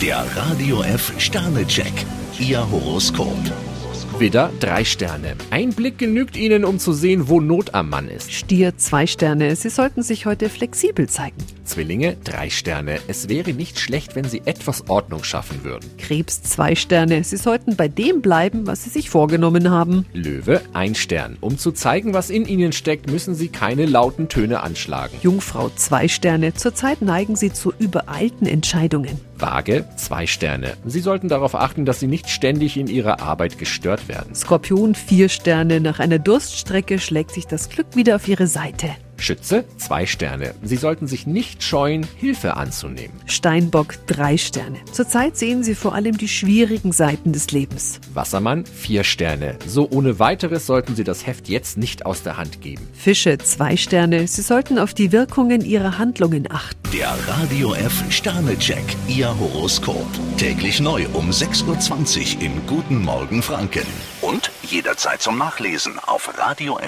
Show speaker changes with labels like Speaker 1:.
Speaker 1: Der Radio F Sternecheck, Ihr Horoskop.
Speaker 2: Widder, drei Sterne. Ein Blick genügt Ihnen, um zu sehen, wo Not am Mann ist.
Speaker 3: Stier zwei Sterne. Sie sollten sich heute flexibel zeigen.
Speaker 2: Zwillinge, drei Sterne. Es wäre nicht schlecht, wenn Sie etwas Ordnung schaffen würden.
Speaker 3: Krebs zwei Sterne. Sie sollten bei dem bleiben, was Sie sich vorgenommen haben.
Speaker 2: Löwe, ein Stern. Um zu zeigen, was in Ihnen steckt, müssen Sie keine lauten Töne anschlagen.
Speaker 3: Jungfrau zwei Sterne. Zurzeit neigen Sie zu übereilten Entscheidungen.
Speaker 2: Waage, zwei Sterne. Sie sollten darauf achten, dass Sie nicht ständig in Ihrer Arbeit gestört werden.
Speaker 3: Skorpion vier Sterne. Nach einer Durststrecke schlägt sich das Glück wieder auf Ihre Seite.
Speaker 2: Schütze, zwei Sterne. Sie sollten sich nicht scheuen, Hilfe anzunehmen.
Speaker 3: Steinbock drei Sterne. Zurzeit sehen Sie vor allem die schwierigen Seiten des Lebens.
Speaker 2: Wassermann, vier Sterne. So ohne weiteres sollten Sie das Heft jetzt nicht aus der Hand geben.
Speaker 3: Fische zwei Sterne. Sie sollten auf die Wirkungen Ihrer Handlungen achten.
Speaker 1: Der Radio F Sternecheck, Ihr Horoskop. Täglich neu um 6.20 Uhr im Guten Morgen Franken. Und jederzeit zum Nachlesen auf radiof.de.